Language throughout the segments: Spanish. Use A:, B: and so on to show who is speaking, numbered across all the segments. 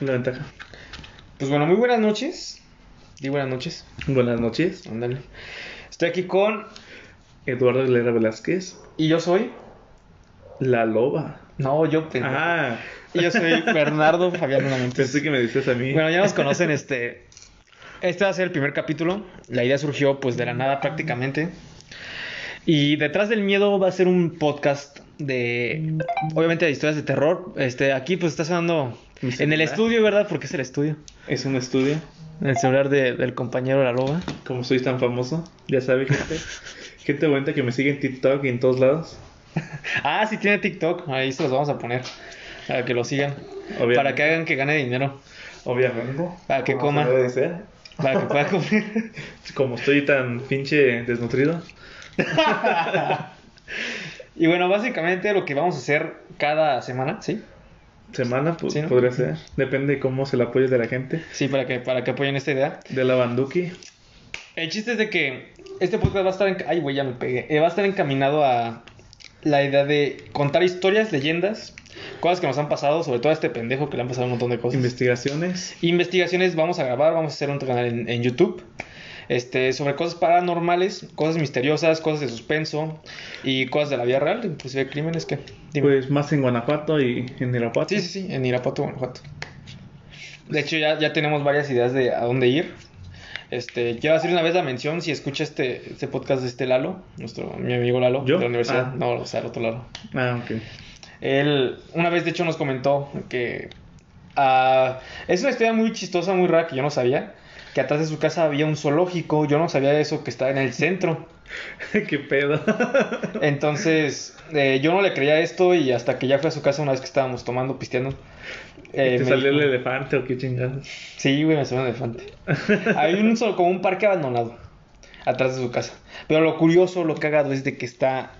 A: la ventaja.
B: Pues bueno, muy buenas noches. Di buenas noches.
A: Buenas noches,
B: Ándale. Estoy aquí con.
A: Eduardo Aguilera Velázquez,
B: Y yo soy.
A: la loba.
B: No, yo. pendejo.
A: Ah,
B: Y yo soy Bernardo Fabián Montes.
A: pensé que me dices a mí.
B: Bueno, ya nos conocen, este. Este va a ser el primer capítulo. La idea surgió pues de la nada prácticamente. Y detrás del miedo va a ser un podcast de obviamente de historias de terror. Este, aquí pues está sonando
A: Mi
B: en el
A: celular.
B: estudio, ¿verdad? Porque es el estudio.
A: Es un estudio.
B: En el celular de- del compañero La Loba.
A: Como soy tan famoso, ya sabe, gente. gente bonita que me sigue en TikTok y en todos lados.
B: Ah, sí tiene TikTok, ahí se los vamos a poner para que lo sigan,
A: Obviamente.
B: para que hagan que gane dinero,
A: Obviamente.
B: Para que
A: Como
B: Ah, coma.
A: se debe de ser.
B: para que pueda comer.
A: Como estoy tan pinche desnutrido.
B: Y bueno, básicamente lo que vamos a hacer cada semana, ¿sí?
A: Semana po-
B: Sí, ¿no?
A: podría ser. Depende de cómo se la apoye de la gente.
B: Sí, para que para que apoyen esta idea.
A: De la Banduki.
B: El chiste es de que este podcast va a estar en... Ay, güey, ya me pegué. Eh, va a estar encaminado a la idea de contar historias, leyendas, cosas que nos han pasado, sobre todo a este pendejo que le han pasado un montón de cosas.
A: Investigaciones.
B: Investigaciones vamos a grabar, vamos a hacer un canal en, en YouTube. Este, sobre cosas paranormales, cosas misteriosas, cosas de suspenso y cosas de la vida real, inclusive crímenes que... dime.
A: Pues más en Guanajuato y en Irapuato.
B: Sí, sí, sí, en Irapuato, Guanajuato. De hecho, ya, ya tenemos varias ideas de a dónde ir. Este, quiero hacer una vez la mención, si escucha este, este podcast de este Lalo, nuestro, mi amigo Lalo,
A: ¿Yo?
B: de la universidad.
A: Ah.
B: No, o sea, el otro Lalo.
A: Ah, ok.
B: Él una vez de hecho nos comentó que ah, es una historia muy chistosa, muy rara que yo no sabía, que atrás de su casa había un zoológico, yo no sabía eso que estaba en el centro.
A: Qué pedo.
B: Entonces, eh, yo no le creía esto y hasta que ya fue a su casa una vez que estábamos tomando, pisteando. eh,
A: ¿Te
B: me
A: salió
B: dijo-
A: el elefante o qué chingados?
B: Sí, güey, me suena un elefante. Hay un solo, como un parque abandonado atrás de su casa. Pero lo curioso, lo cagado es de que está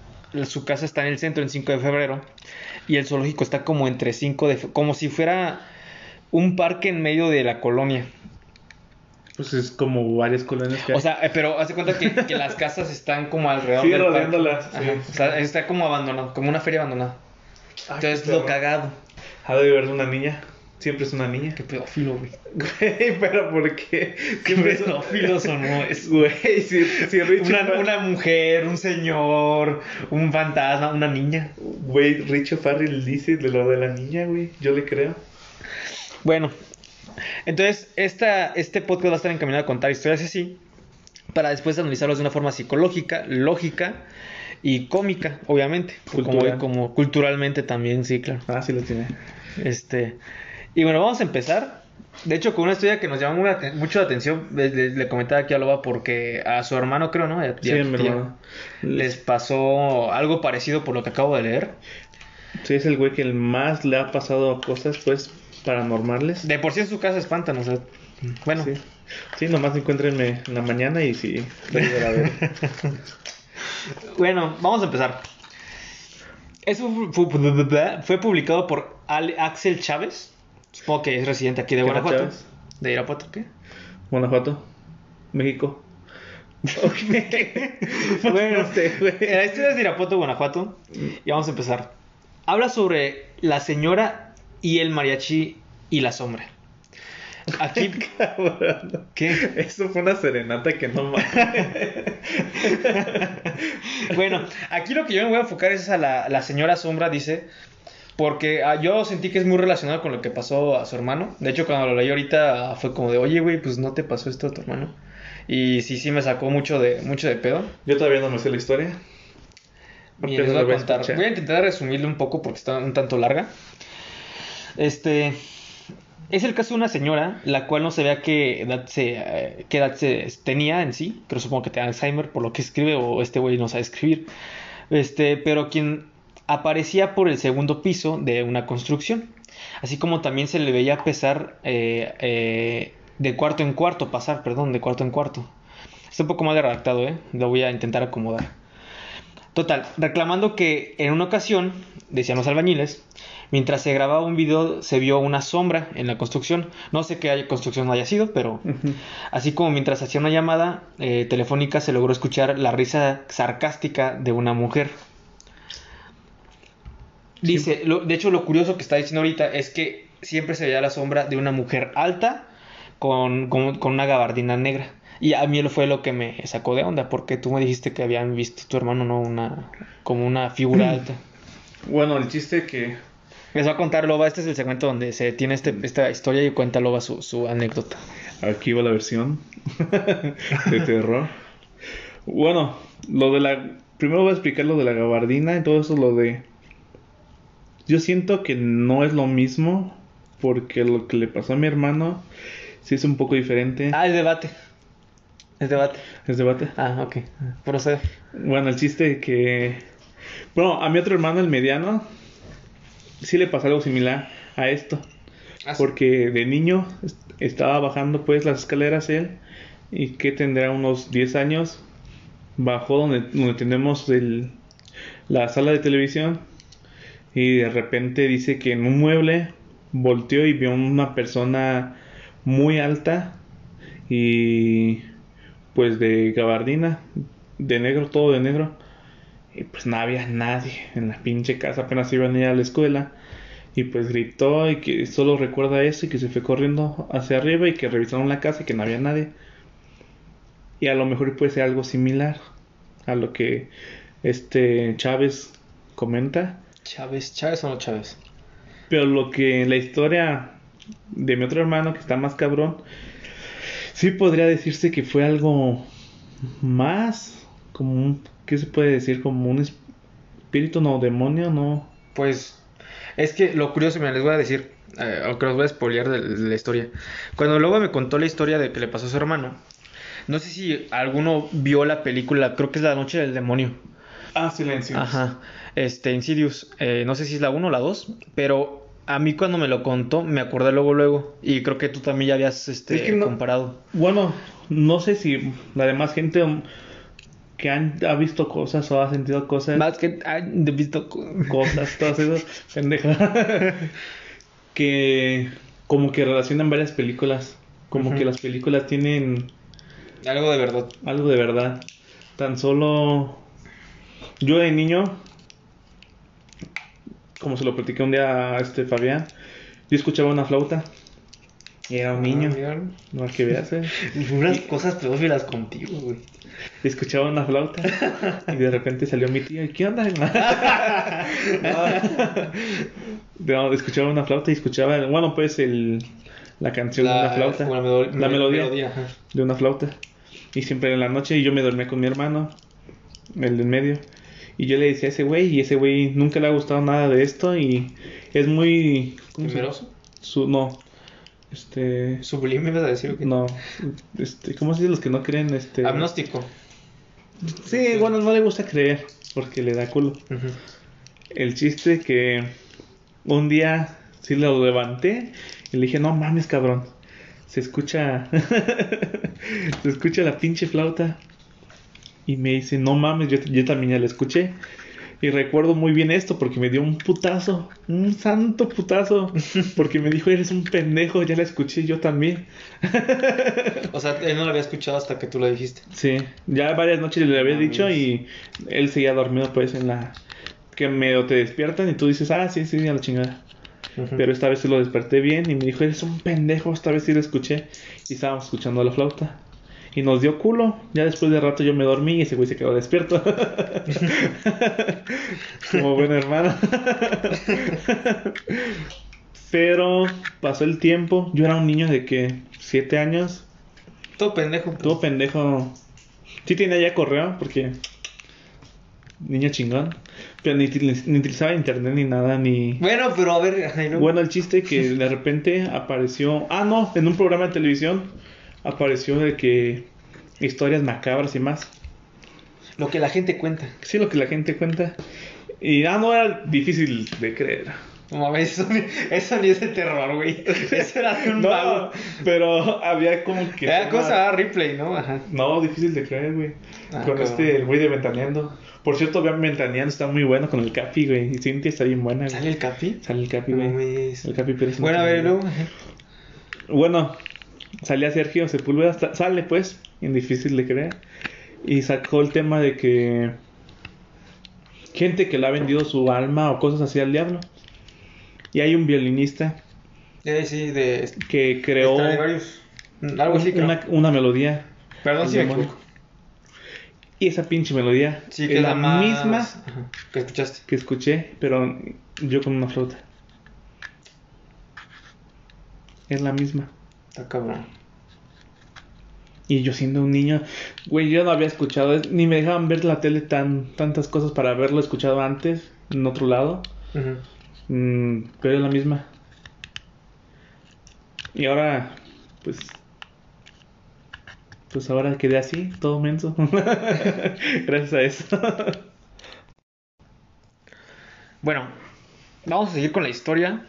B: su casa está en el centro en 5 de febrero y el zoológico está como entre 5 de fe- como si fuera un parque en medio de la colonia.
A: Pues es como varias colonias que
B: O sea, eh, pero hace cuenta que, que las casas están como alrededor
A: Sí,
B: del parque.
A: rodeándolas, sí.
B: Ajá, o sea, está como abandonado, como una feria abandonada.
A: Ah,
B: Entonces
A: qué
B: lo
A: perro.
B: cagado.
A: Ha de haber una niña. Siempre es una niña.
B: Qué pedófilo, güey.
A: Güey, pero ¿por qué?
B: Qué
A: Siempre es
B: pedófilo sonó eso.
A: Güey, si, si Richie.
B: Una,
A: Farrell-
B: una mujer, un señor, un fantasma, una niña.
A: Güey, Richie Farrell dice de lo de la niña, güey. Yo le creo.
B: Bueno, entonces esta, este podcast va a estar encaminado a contar historias así para después analizarlas de una forma psicológica, lógica y cómica, obviamente.
A: Cultural.
B: Como, como culturalmente también, sí, claro.
A: Ah, sí lo tiene.
B: Este, y bueno, vamos a empezar. De hecho, con una historia que nos llamó muy aten- mucho la atención, le, le- le comentaba aquí a Loba porque a su hermano, creo, ¿no? Y a- y
A: Sí,
B: a tu
A: mi
B: tía,
A: hermano.
B: Les pasó algo parecido por lo que acabo de leer.
A: Sí, es el güey que el más le ha pasado cosas, pues, paranormales.
B: De por sí en su casa espantan, o sea. Bueno,
A: Sí. Sí, nomás encuéntrenme en la mañana y si
B: bueno, vamos a empezar. Eso fu- fu- fue, publicado por Ale- Axel Chávez. Supongo que es residente aquí de
A: ¿Quién es
B: Guanajuato.
A: Chávez?
B: ¿De Irapuato qué?
A: Guanajuato, México.
B: bueno,
A: No sé, güey.
B: la historia es de Irapuato, Guanajuato. Y vamos a empezar. Habla sobre la señora y el mariachi y la sombra. Aquí.
A: Cabrón.
B: ¿Qué?
A: Eso fue una serenata que no mames.
B: Bueno, aquí lo que yo me voy a enfocar es a la, la señora Sombra, dice, porque ah, yo sentí que es muy relacionado con lo que pasó a su hermano. De hecho, cuando lo leí ahorita ah, fue como de, oye, güey, pues no te pasó esto a tu hermano. Y sí, sí me sacó mucho de, mucho de pedo.
A: Yo todavía no me sé la historia.
B: Y
A: Apenas
B: les voy
A: lo
B: a
A: voy a
B: contar.
A: escuchar.
B: Voy a intentar resumirlo un poco porque está un tanto larga. Este. Es el caso de una señora, la cual no se vea qué edad se, eh, qué edad se tenía en sí, pero supongo que tenía Alzheimer por lo que escribe o este güey no sabe escribir. Este, pero quien aparecía por el segundo piso de una construcción, así como también se le veía pesar eh, eh, de cuarto en cuarto, pasar, perdón, de cuarto en cuarto. Está un poco mal redactado, ¿eh? Lo voy a intentar acomodar. Total, reclamando que en una ocasión, decían los albañiles, mientras se grababa un video se vio una sombra en la construcción. No sé qué construcción haya sido, pero así como mientras hacía una llamada eh, telefónica se logró escuchar la risa sarcástica de una mujer. Dice, lo- de hecho lo curioso que está diciendo ahorita es que siempre se veía la sombra de una mujer alta con, con, con una gabardina negra. Y a mí lo fue lo que me sacó de onda, porque tú me dijiste que habían visto tu hermano, ¿no? Una, como una figura alta.
A: Bueno, el chiste que
B: Mm. Les va a contar Loba, este es el segmento donde se tiene este, esta historia y cuenta Loba su, su anécdota.
A: Aquí va la versión de terror. Bueno, lo de la. Primero voy a explicar lo de la gabardina y todo eso, lo de. Yo siento que no es lo mismo, porque lo que le pasó a mi hermano sí es un poco diferente.
B: Ah, es debate. Es debate.
A: Es debate.
B: Ah, ok. Procede.
A: Bueno, el chiste que. Bueno, a mi otro hermano, el mediano, sí le pasó algo similar a esto.
B: Ah,
A: Porque de niño est- estaba bajando pues las escaleras él y que tendrá unos 10 años. Bajó donde, donde tenemos el- la sala de televisión y de repente dice que en un mueble volteó y vio una persona muy alta y pues de gabardina, de negro, todo de negro. Y pues no había nadie en la pinche casa, apenas iban a ir a la escuela. Y pues gritó y que solo recuerda eso y que se fue corriendo hacia arriba y que revisaron la casa y que no había nadie. Y a lo mejor puede ser algo similar a lo que este Chávez comenta.
B: Chávez, Chávez o no Chávez.
A: Pero lo que la historia de mi otro hermano, que está más cabrón, sí podría decirse que fue algo más, como un, ¿qué se puede decir? Como un espíritu, no, demonio, no.
B: Pues es que lo curioso, mira, les voy a decir, eh, aunque los voy a spoilear de, de la historia. Cuando Loba me contó la historia de que le pasó a su hermano, no sé si alguno vio la película, creo que es La Noche del Demonio.
A: Ah, silencio.
B: Ajá, este, Insidious, eh, no sé si es la 1 o la 2, pero a mí cuando me lo contó me acordé luego, luego, y creo que tú también ya habías este,
A: Es que no-
B: comparado.
A: Bueno, no sé si la demás gente um, que han, ha visto cosas o ha sentido cosas,
B: Más que, ah, de visto-
A: cosas, todas esas pendejadas, que como que relacionan varias películas, como
B: Ujú.
A: que las películas tienen
B: algo de verdad.
A: algo de verdad. Tan solo yo de niño, como se lo platiqué un día a este Fabián, yo escuchaba una flauta y era un
B: Ah,
A: niño, no hay que veas, eh.
B: Unas cosas pedófilas contigo, güey.
A: escuchaba una flauta y de repente salió mi tío y ¿qué onda? hermano?" no, escuchaba una flauta y escuchaba, bueno, pues el, la canción de una flauta,
B: como melo-
A: la melodía,
B: ajá.
A: de una flauta. Y siempre en la noche yo me dormía con mi hermano, el de en medio. Y yo le decía a ese güey y ese güey nunca le ha gustado nada de esto y es muy... ¿cómo se-
B: Temeroso.
A: Su, no, este...
B: Sublime, me vas a decir. o qué?
A: No, este, ¿cómo se dice los que no creen? Este...
B: Agnóstico.
A: Sí, bueno, no le gusta creer porque le da culo.
B: Ujú.
A: El chiste que un día sí lo levanté y le dije, no mames, cabrón. Se escucha, se escucha la pinche flauta. Y me dice, no mames, yo, yo también ya la escuché. Y recuerdo muy bien esto porque me dio un putazo, un santo putazo. Porque me dijo, eres un pendejo, ya la escuché yo también.
B: O sea, él no lo había escuchado hasta que tú lo dijiste.
A: Sí, ya varias noches le había
B: Mames.
A: dicho y él seguía dormido pues en la... Que medio te despiertan y tú dices, ah, sí, sí, a la chingada.
B: Ujú.
A: Pero esta vez sí lo desperté bien y me dijo, eres un pendejo, esta vez sí lo escuché. Y estábamos escuchando la flauta. Y nos dio culo. Ya después de rato yo me dormí y ese güey se quedó despierto. Como buen hermano. Pero pasó el tiempo. Yo era un niño de que siete años.
B: Todo pendejo. pues.
A: Todo pendejo. Sí tenía ya correo porque... Niño chingón. Pero ni, utiliz- ni utilizaba internet ni nada, ni...
B: Bueno, pero a ver. ajá, y luego.
A: Bueno, el chiste que de repente apareció. Ah, no, en un programa de televisión apareció de que historias macabras y más.
B: Lo que la gente cuenta.
A: Sí, lo que la gente cuenta. Y ah, no era difícil de creer.
B: No mames, eso, ni- eso ni es de terror, güey. Eso era de un
A: No,
B: mago.
A: pero había como que.
B: Era
A: forma-
B: cosa ah, replay, ¿no? Ajá.
A: No, difícil de creer, güey.
B: Ah,
A: con
B: cabrón.
A: este el güey de Ventaneando. Por cierto, vean, Ventaneando está muy bueno con el Capi, güey. Y Cintia está bien buena,
B: ¿Sale
A: güey.
B: el capi?
A: Sale el Capi,
B: No
A: güey.
B: mames.
A: El Capi Pérez.
B: Bueno, a ver, luego. ajá.
A: Bueno, salía Sergio Sepúlveda, sa- sale pues, en difícil de creer, y sacó el tema de que gente que le ha vendido su alma o cosas así al diablo. Y hay un violinista
B: Eh, sí, de
A: que creó
B: Stradivarius. Algo así, creo.
A: una, una melodía.
B: Perdón
A: El
B: si me
A: demonio.
B: equivoco.
A: Y esa pinche melodía
B: Sí, que
A: es la
B: más-
A: misma
B: Ajá, que escuchaste.
A: que escuché, pero yo con una flauta. Es la misma.
B: Está cabrón.
A: Y yo siendo un niño, güey, yo no había escuchado, es- ni me dejaban ver la tele tan, tantas cosas para haberlo escuchado antes, en otro lado.
B: Ujú.
A: Mm, pero es la misma. Y ahora, pues. Pues ahora quedé así, todo menso. Gracias a eso.
B: Bueno, vamos a seguir con la historia.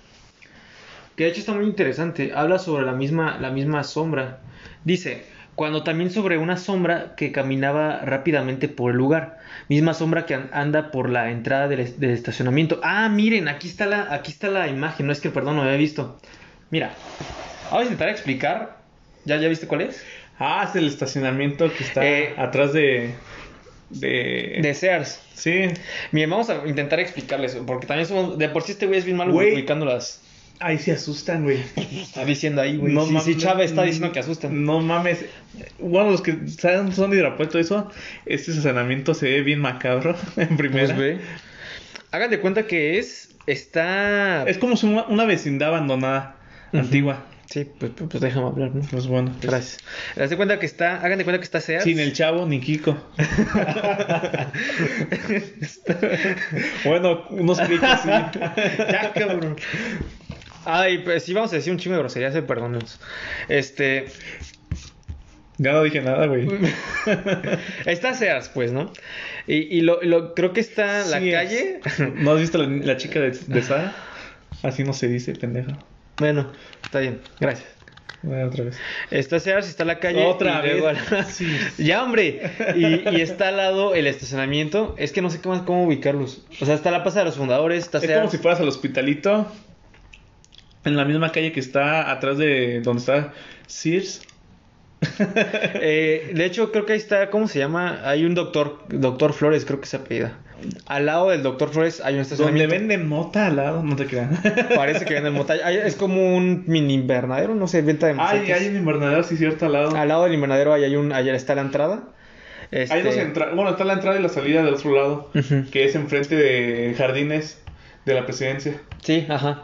B: Que de hecho está muy interesante. Habla sobre la misma, la misma sombra. Dice, cuando también sobre una sombra que caminaba rápidamente por el lugar. Misma sombra que an- anda por la entrada del, es- del estacionamiento. Ah, miren, aquí está, la, aquí está la imagen. No es que, perdón, no había visto. Mira, vamos a intentar explicar. ¿Ya, ya viste cuál es?
A: ah, es el estacionamiento que está
B: Eh,
A: atrás de. De.
B: De Sears.
A: Sí.
B: Miren, vamos a intentar explicarles. Porque también somos... De por sí este güey es bien malo
A: Güey.
B: ubicando las...
A: Ahí se asustan, güey.
B: Está diciendo ahí, güey. si,
A: mames,
B: si Chávez está diciendo que asustan.
A: No mames. Bueno, los que saben son de Irapuato, eso. Este estacionamiento se ve bien macabro en primera.
B: Pues ve. Hagan de cuenta que es. Está.
A: es como si una, una vecindad abandonada,
B: Ujú.
A: antigua.
B: Sí, pues, pues, pues déjame hablar, ¿no?
A: Pues bueno. pues,
B: Gracias. Hagan de cuenta que está. Hagan de cuenta que está Sears.
A: Sin el chavo ni Kiko. bueno, unos Kikos sí.
B: ya, cabrón. Ay, pues sí, vamos a decir un chingo de groserías, eh, perdónenos. Este.
A: Ya no dije nada, güey.
B: Está Sears, pues, ¿no? Y, y lo, lo- creo que está la
A: Sí es.
B: calle.
A: ¿No has visto la, la chica de, de Sara? Así no se dice, pendejo.
B: Bueno, está bien, gracias.
A: Bueno, otra vez.
B: Está Sears, está la calle.
A: Otra
B: y luego
A: vez.
B: a la-
A: Sí.
B: ya, hombre. Y, y está al lado el estacionamiento. Es que no sé qué más, cómo ubicarlos. O sea, está la plaza de los fundadores, está
A: es como
B: Sears.
A: si fueras al hospitalito. En la misma calle que está atrás de donde está Sears.
B: Eh, de hecho, creo que ahí está, ¿cómo se llama? Hay un doctor, doctor Flores, creo que se apellida. Al lado del doctor Flores hay
A: Donde
B: un estacionamiento.
A: venden mota al lado, no te crean.
B: Parece que venden mota. Hay- Es como un mini invernadero, no sé, venta de
A: Ay,
B: macetas.
A: hay un invernadero, sí, cierto, al lado.
B: Al lado del invernadero ahí hay un, allá está la entrada.
A: Hay dos
B: Este,
A: entradas. Bueno, está la entrada y la salida del otro lado,
B: Ujú.
A: que es enfrente de jardines de la presidencia.
B: Sí, ajá.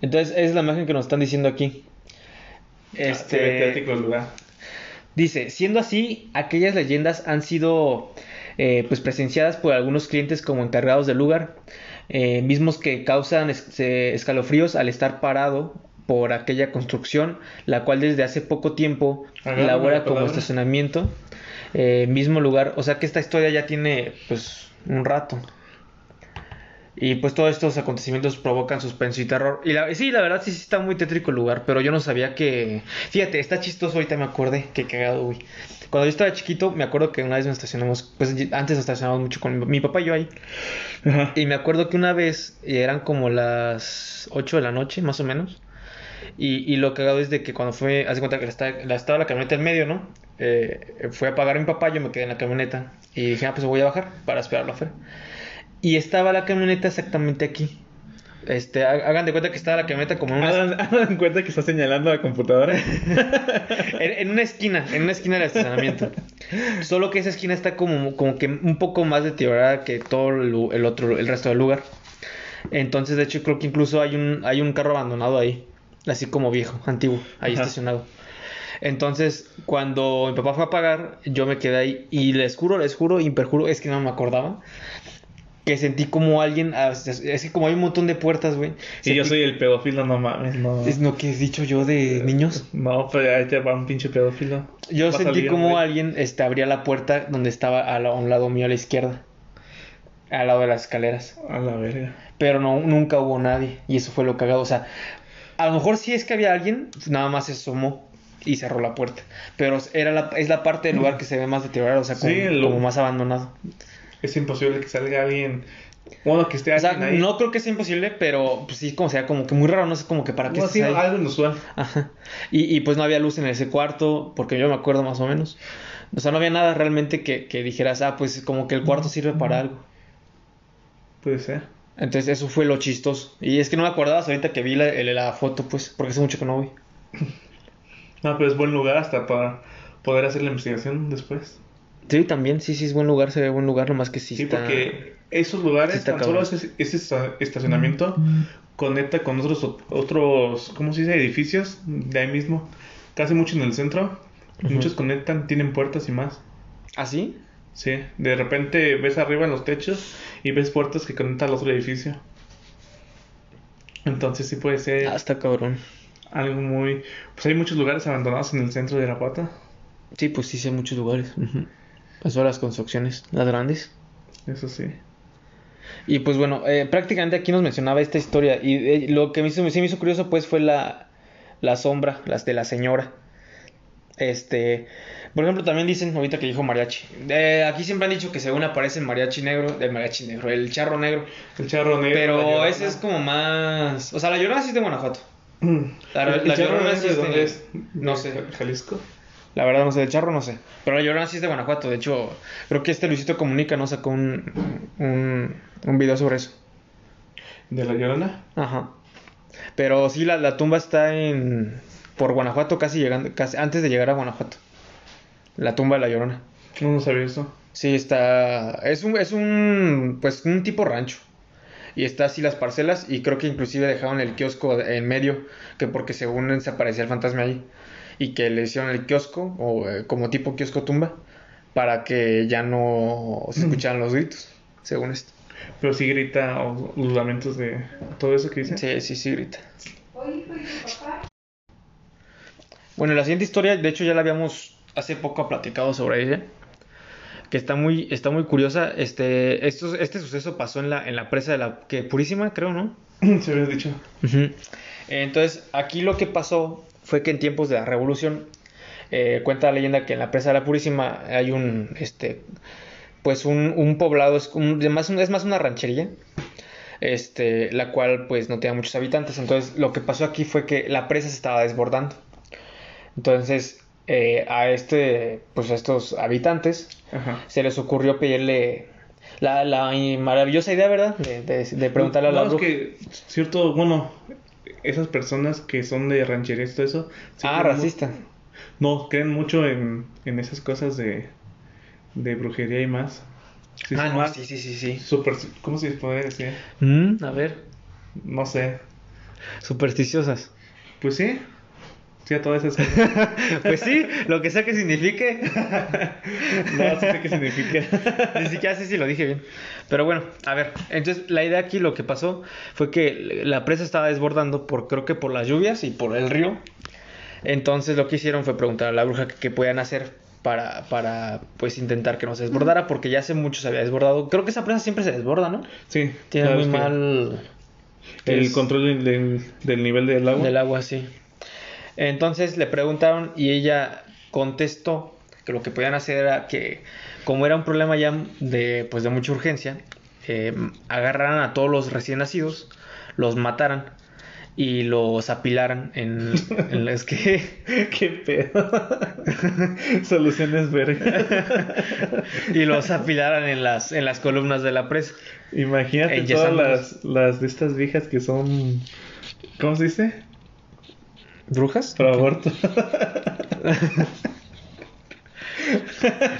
B: Entonces, es la imagen que nos están diciendo aquí.
A: Ah,
B: Este.
A: Se ve tétrico el lugar.
B: Dice, siendo así, aquellas leyendas han sido eh, pues presenciadas por algunos clientes como encargados del lugar, eh, mismos que causan es- eh, escalofríos al estar parado por aquella construcción, la cual desde hace poco tiempo
A: Agárrame la
B: labora como
A: palabra.
B: estacionamiento, eh, mismo lugar, o sea que esta historia ya tiene pues un rato. Y pues todos estos acontecimientos provocan suspenso y terror. Y la, sí, la verdad sí, sí está muy tétrico el lugar, pero yo no sabía que... Fíjate, está chistoso, ahorita me acordé, qué cagado, güey. Cuando yo estaba chiquito, me acuerdo que una vez nos estacionamos, pues antes nos estacionamos mucho con mi, mi papá y yo ahí.
A: Ajá.
B: Y me acuerdo que una vez y eran como las 8 de la noche, más o menos. Y, y lo cagado es de que cuando fue, hace cuenta que la esta- la estaba, la camioneta en medio, ¿no? Eh, fue a pagar a mi papá, yo me quedé en la camioneta. Y dije, ah, pues voy a bajar para esperarlo afuera. Y estaba la camioneta exactamente aquí. Este, ha- hagan de cuenta que estaba la camioneta como en una,
A: Hagan, hagan cuenta que está señalando a la computadora.
B: en, en una esquina, en una esquina del estacionamiento. Solo que esa esquina está como, como que un poco más deteriorada que todo el, lu- el otro, el resto del lugar. Entonces, de hecho, creo que incluso hay un, hay un carro abandonado ahí, así como viejo, antiguo, ahí
A: Ajá.
B: estacionado. Entonces, cuando mi papá fue a pagar, yo me quedé ahí y les juro, les juro, y perjuro, es que no me acordaba. Que sentí como alguien, ah, es es que como hay un montón de puertas, güey.
A: y yo
B: sentí-
A: soy el pedófilo, no mames, no.
B: Es lo que he dicho yo de niños.
A: No, pero ahí te va un pinche pedófilo.
B: Yo
A: Va a
B: sentí
A: salir,
B: como
A: güey.
B: alguien este, abría la puerta donde estaba a, la- a un lado mío a la izquierda, al lado de las escaleras.
A: A la verga.
B: Pero no, nunca hubo nadie y eso fue lo cagado. O sea, a lo mejor si es que había alguien, pues, nada más se asomó y cerró la puerta. Pero era la, es la parte del lugar que se ve más deteriorada, o sea, como,
A: Sí, lo-
B: como más abandonado.
A: Es imposible que salga alguien. Bueno, que esté
B: O sea,
A: alguien ahí.
B: no creo que sea imposible, pero pues, sí, como sea, como que muy raro, no sé, como que para qué
A: No,
B: estás
A: Pues sí,
B: ahí.
A: algo inusual.
B: Ajá. Y, y, pues no había luz en ese cuarto, porque yo me acuerdo más o menos. O sea, no había nada realmente que, que dijeras, ah, pues como que el cuarto sirve para algo.
A: Puede ser.
B: Entonces eso fue lo chistoso. Y es que no me acordaba hasta ahorita que vi la, la foto, pues, porque hace mucho que no voy.
A: No, pero es buen lugar hasta para poder hacer la investigación después.
B: Sí, también, sí, sí, es buen lugar, se ve buen lugar, nomás que sí.
A: Sí,
B: está-
A: porque esos lugares,
B: sí está
A: tan solo
B: cabrón.
A: ese, ese esta- estacionamiento conecta con otros, otros, ¿cómo se dice? Edificios de ahí mismo, casi mucho en el centro.
B: Ujú.
A: Muchos conectan, tienen puertas y más.
B: ¿Ah, sí?
A: Sí, de repente ves arriba en los techos y ves puertas que conectan al otro edificio. Entonces sí puede ser
B: Ah, está cabrón.
A: algo muy... Pues hay muchos lugares abandonados en el centro de Irapuato.
B: Sí, pues sí, sí, hay muchos lugares. ujú. Pues son las construcciones, las grandes.
A: Eso sí.
B: Y pues bueno, eh, prácticamente aquí nos mencionaba esta historia. Y eh, lo que me hizo, sí me hizo curioso, pues, fue la, la sombra, las de la señora. Este, por ejemplo, también dicen ahorita que dijo mariachi. Eh, aquí siempre han dicho que según aparece el mariachi negro, el mariachi negro, el charro negro.
A: El charro negro. Eh, la
B: Pero
A: Llorona.
B: ese es como más. O sea, la llorona sí es de Guanajuato. La,
A: Mm. ¿El- el
B: la
A: charro
B: llorona
A: negro
B: sí
A: de
B: es de-
A: dónde es?
B: No
A: ¿De
B: sé.
A: Jalisco.
B: La verdad, no sé, del charro no sé. Pero la llorona sí es de Guanajuato. De hecho, creo que este Luisito Comunica no sacó un, un, un video sobre eso.
A: ¿De la Llorona?
B: Ajá. Pero sí, la, la tumba está en. por Guanajuato, casi llegando. Casi, antes de llegar a Guanajuato. La tumba de la llorona.
A: No, no sabía eso.
B: Sí, está. Es un, es un. Pues un tipo rancho. Y está así las parcelas. Y creo que inclusive dejaron el kiosco en medio. Que porque según se aparecía el fantasma ahí. Y que le hicieron el kiosco. O eh, como tipo kiosco tumba. Para que ya no se escucharan los gritos. Según esto.
A: Pero sí grita o, los lamentos de todo eso que dice.
B: Sí, sí, sí, grita. Bueno, la siguiente historia, de hecho ya la habíamos hace poco platicado sobre ella, que está muy, está muy curiosa. Este, esto- este suceso pasó en la, en la presa de la que Purísima, creo, ¿no?
A: Se había dicho.
B: Entonces, aquí lo que pasó fue que en tiempos de la Revolución, eh, cuenta la leyenda que en la presa de la Purísima hay un, este, pues un, un poblado, es, un- de más, es más una ranchería, este, la cual pues no tenía muchos habitantes. Entonces, lo que pasó aquí fue que la presa se estaba desbordando. Entonces, eh, a este, pues a estos habitantes
A: Ajá.
B: se les ocurrió pedirle la, la maravillosa idea, ¿verdad? De, de- de preguntarle a la
A: No, es
B: bruja.
A: que, cierto, bueno, esas personas que son de rancherías y todo eso. sí
B: Ah,
A: creen mu-
B: racista.
A: No, creen mucho en, en esas cosas de, de brujería y más. Sí,
B: ah,
A: son
B: no,
A: más
B: sí, sí, sí, sí.
A: super- ¿Cómo se puede decir?
B: Mm, a ver,
A: No sé.
B: supersticiosas.
A: Pues sí. Sí, a todas esas cosas.
B: Pues sí, lo que sea que signifique.
A: No sé qué significa.
B: Ni siquiera sé si lo dije bien. Pero bueno, a ver. Entonces, la idea aquí lo que pasó fue que la presa estaba desbordando por creo que por las lluvias y por el río. Entonces, lo que hicieron fue preguntar a la bruja que- qué podían hacer para, para pues intentar que no se desbordara porque ya hace mucho se había desbordado. Creo que esa presa siempre se desborda, ¿no?
A: Sí.
B: Tiene
A: claro,
B: muy
A: es que
B: mal
A: El
B: es-
A: control del, del- del nivel del agua.
B: Del agua, sí. Entonces le preguntaron y ella contestó que lo que podían hacer era que, como era un problema ya de, pues de mucha urgencia, eh, agarraran a todos los recién nacidos, los mataran y los apilaran en, en las que
A: Qué pedo. Soluciones verga.
B: y los apilaran en las en las columnas de la presa.
A: Imagínate todas
B: Enyesándolos.
A: las, las de estas viejas que son. ¿Cómo se dice?
B: ¿Brujas?
A: Pro aborto.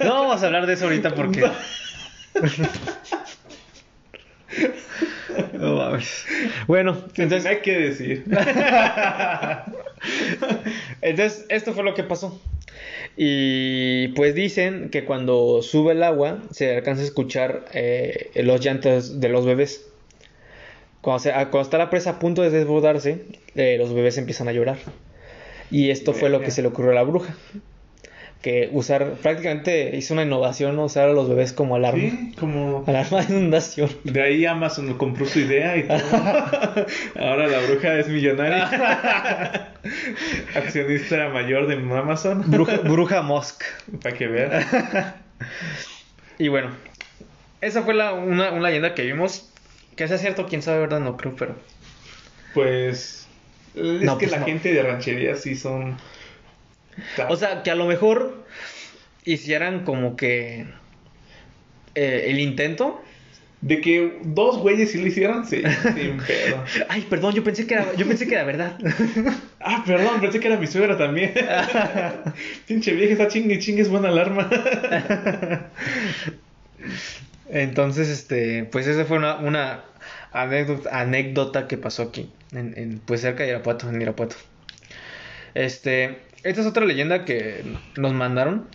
B: No vamos a hablar de eso ahorita porque. No mames. Bueno, entonces
A: Entonces hay que decir.
B: Entonces, esto fue lo que pasó. Y pues dicen que cuando sube el agua se alcanza a escuchar eh, los llantos de los bebés. Cuando, se- ah, cuando está la presa a punto de desbordarse, eh, los bebés empiezan a llorar. Y esto fue lo que
A: Verga.
B: se le ocurrió a la bruja. Que usar, prácticamente hizo una innovación, ¿no? usar a los bebés como alarma.
A: Sí, como.
B: Alarma de inundación.
A: De ahí Amazon compró su idea y todo. Ahora la bruja es millonaria. Accionista mayor de Amazon.
B: Bruja, bruja Mosk.
A: Para que vean.
B: Y bueno, esa fue la, una, una leyenda que vimos. Que sea cierto, quién sabe, ¿verdad? No creo, pero.
A: Pues. Es
B: No,
A: que
B: pues
A: la
B: no.
A: gente de ranchería sí son.
B: O sea, que a lo mejor hicieran como que. eh, el intento
A: De que dos güeyes sí lo hicieron, sí, sin pedo.
B: Ay, perdón, yo pensé que era, yo pensé que era verdad.
A: Ah, perdón, pensé que era mi suegra también. Pinche vieja, está chingue chingue, es buena alarma.
B: Entonces, este, pues esa fue una, una anécdota, anécdota que pasó aquí, en, en, pues cerca de Irapuato, en Irapuato. Este, esta es otra leyenda que nos mandaron.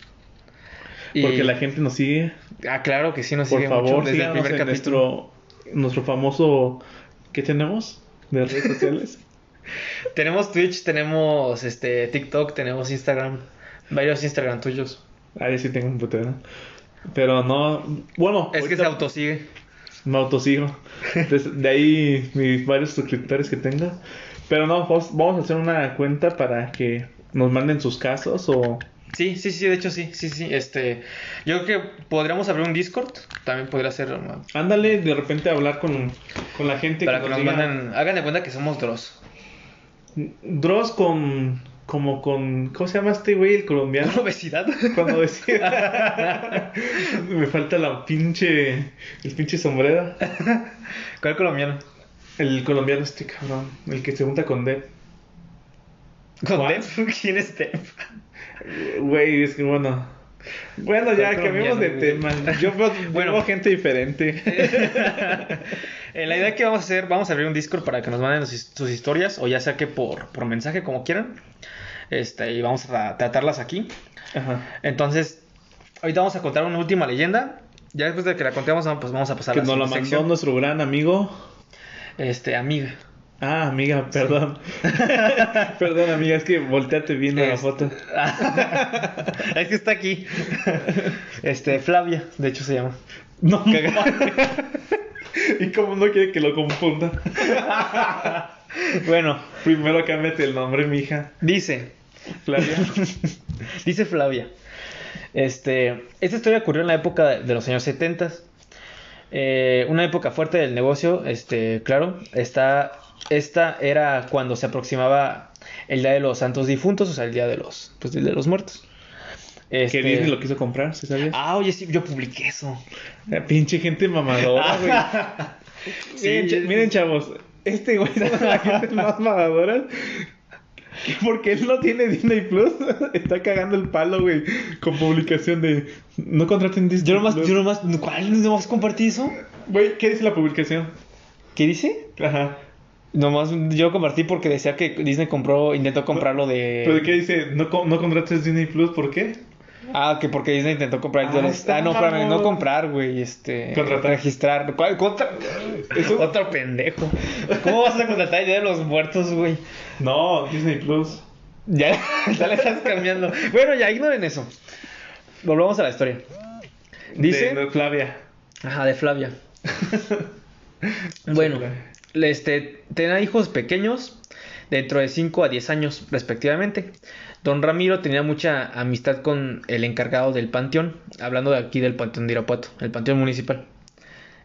B: Y-
A: Porque la gente nos sigue.
B: Ah, claro que sí nos
A: Por
B: sigue
A: favor,
B: mucho desde el
A: síganos
B: primer
A: en
B: capítulo.
A: nuestro, nuestro famoso... ¿Qué tenemos? De redes sociales.
B: Tenemos Twitch, tenemos este TikTok, tenemos Instagram, varios Instagram tuyos.
A: Ah, yo sí tengo un putero. Pero no... Bueno,
B: Es que
A: ahorita
B: se autosigue.
A: me autosigo. Entonces, de ahí mis varios suscriptores que tenga. Pero no, vamos vamos a hacer una cuenta para que nos manden sus casos o...
B: Sí, sí, sí, de hecho sí, sí, sí. Este, yo creo que podríamos abrir un Discord, también podría ser um,
A: Ándale, de repente hablar con, con la gente
B: para que nos
A: diga-
B: manden, hagan de cuenta que somos Dross.
A: Dross con. Como con. ¿Cómo se llama este güey, el colombiano?
B: obesidad?
A: Cuando decía. Me falta la pinche. El pinche sombrero.
B: ¿Cuál colombiano?
A: El colombiano este cabrón. El que se junta con Depp.
B: ¿Con Depp? ¿Quién es Depp?
A: Güey, es que bueno. Bueno, Ah, ya,
B: Fue
A: cambiemos de tema.
B: colombiano, güey.
A: Yo veo,
B: Bueno.
A: veo gente diferente.
B: Eh, la idea que vamos a hacer, vamos a abrir un Discord para que nos manden sus, sus historias, o ya sea que por, por mensaje, como quieran. Este, y vamos a tratarlas aquí.
A: Ajá.
B: Entonces, ahorita vamos a contar una última leyenda. Ya después de que la contemos, vamos- pues vamos a pasar
A: Que
B: a
A: nos la mandó
B: sección.
A: nuestro gran amigo.
B: Este, amiga.
A: Ah, amiga, perdón. perdón, amiga, es que volteate bien a la
B: Es-
A: foto.
B: es que está aquí. Este, Flavia, de hecho se llama.
A: No. y como no quiere que lo confunda.
B: Bueno,
A: Primero cámbiate el nombre, mija.
B: dice,
A: Flavia.
B: dice Flavia. Este, esta historia ocurrió en la época de, de los años 70. Eh, una época fuerte del negocio, este, claro, esta, esta era cuando se aproximaba el Día de los Santos Difuntos, o sea, el Día de los, pues, el Día de los Muertos. Este-
A: Que Disney lo quiso comprar, ¿sí sabías?
B: Ah, oye, sí, yo publiqué eso.
A: La pinche gente mamadora, Ah, güey.
B: Sí,
A: miren, cha-
B: yo-
A: miren, chavos. Este güey es una de las gentes más mamadoras. que Porque él no tiene Disney Plus. Está cagando el palo, güey. Con publicación de. No contraten Disney
B: Yo nomás,
A: Plus.
B: yo nomás, ¿cuál? ¿Nomás compartí eso?
A: Güey, ¿qué dice la publicación?
B: ¿Qué dice?
A: Ajá.
B: Nomás yo compartí porque decía que Disney compró, intentó comprarlo de.
A: ¿Pero qué dice? No, co- no contrates Disney Plus, ¿por qué?
B: Ah, que porque Disney intentó comprar el
A: Ah,
B: de los-
A: está
B: Ah, no, espérame,
A: mamón.
B: no comprar, güey. Este.
A: Contratar.
B: Registrar. ¿Cuál? Contra... Es
A: Eso-
B: otro pendejo. ¿Cómo vas a contratar el día de los muertos, güey?
A: No, Disney Plus.
B: Ya, ya le estás cambiando. Bueno, ya ignoren eso. Volvamos a la historia.
A: De-
B: Dice.
A: de Flavia.
B: Ajá, de Flavia. bueno, este, tenía hijos pequeños dentro de 5 a 10 años respectivamente. Don Ramiro tenía mucha amistad con el encargado del panteón, hablando de aquí del panteón de Irapuato, el panteón municipal,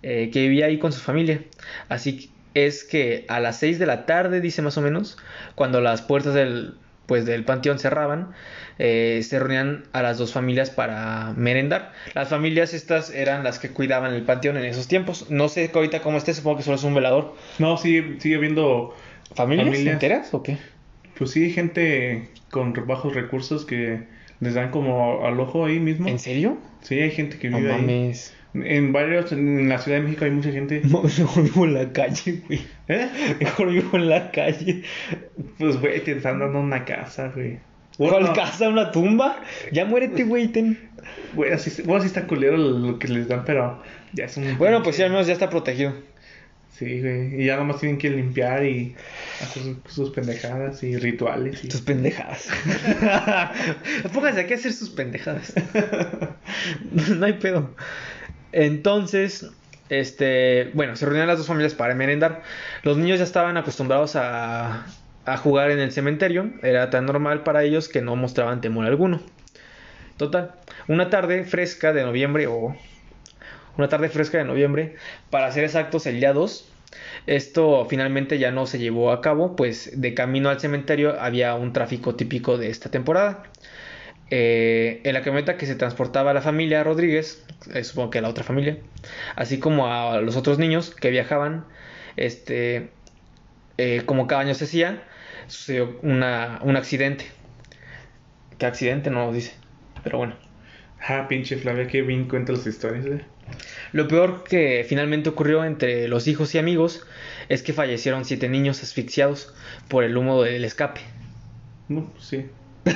B: eh, que vivía ahí con su familia. Así es que a las 6 de la tarde, dice más o menos, cuando las puertas del, pues, del panteón cerraban, eh, se reunían a las dos familias para merendar. Las familias estas eran las que cuidaban el panteón en esos tiempos. No sé ahorita cómo esté, supongo que solo es un velador.
A: No, sigue, sigue viendo.
B: ¿Familias,
A: Familias.
B: enteras o qué?
A: Pues sí, gente con bajos recursos que les dan como al ojo ahí mismo.
B: ¿En serio?
A: Sí, hay gente que
B: No
A: vive ahí.
B: mames.
A: En varios, en la Ciudad de México hay mucha gente.
B: No, mejor vivo en la calle, güey.
A: ¿Eh?
B: Mejor vivo en la calle.
A: Pues güey, te están dando una casa, güey.
B: ¿Cuál
A: Bueno,
B: casa? ¿Una tumba? Ya muérete, güey. ten.
A: Güey, así, es- bueno, sí está culero lo que les dan, pero ya es un.
B: Bueno, pues sí, al menos ya está protegido.
A: Sí, güey. Y ya nomás tienen que limpiar y hacer sus, sus pendejadas y rituales. y-
B: Tus pendejadas. Pónganse aquí a hacer sus pendejadas. no hay pedo. Entonces, este, bueno, se reunían las dos familias para merendar. Los niños ya estaban acostumbrados a, a jugar en el cementerio. Era tan normal para ellos que no mostraban temor alguno. Total, una tarde fresca de noviembre o... Una tarde fresca de noviembre, para ser exactos, el día 2, esto finalmente ya no se llevó a cabo, pues de camino al cementerio había un tráfico típico de esta temporada. eh, en la camioneta que se transportaba a la familia Rodríguez, eh, supongo que a la otra familia, así como a los otros niños que viajaban, este, eh, como cada año se hacía, sucedió una, un accidente. ¿Qué accidente? No lo dice, pero bueno.
A: Ah, pinche Flavia, que bien cuenta las historias, eh. güey.
B: Lo peor que finalmente ocurrió entre los hijos y amigos es que fallecieron siete niños asfixiados por el humo del escape.
A: No, pues sí.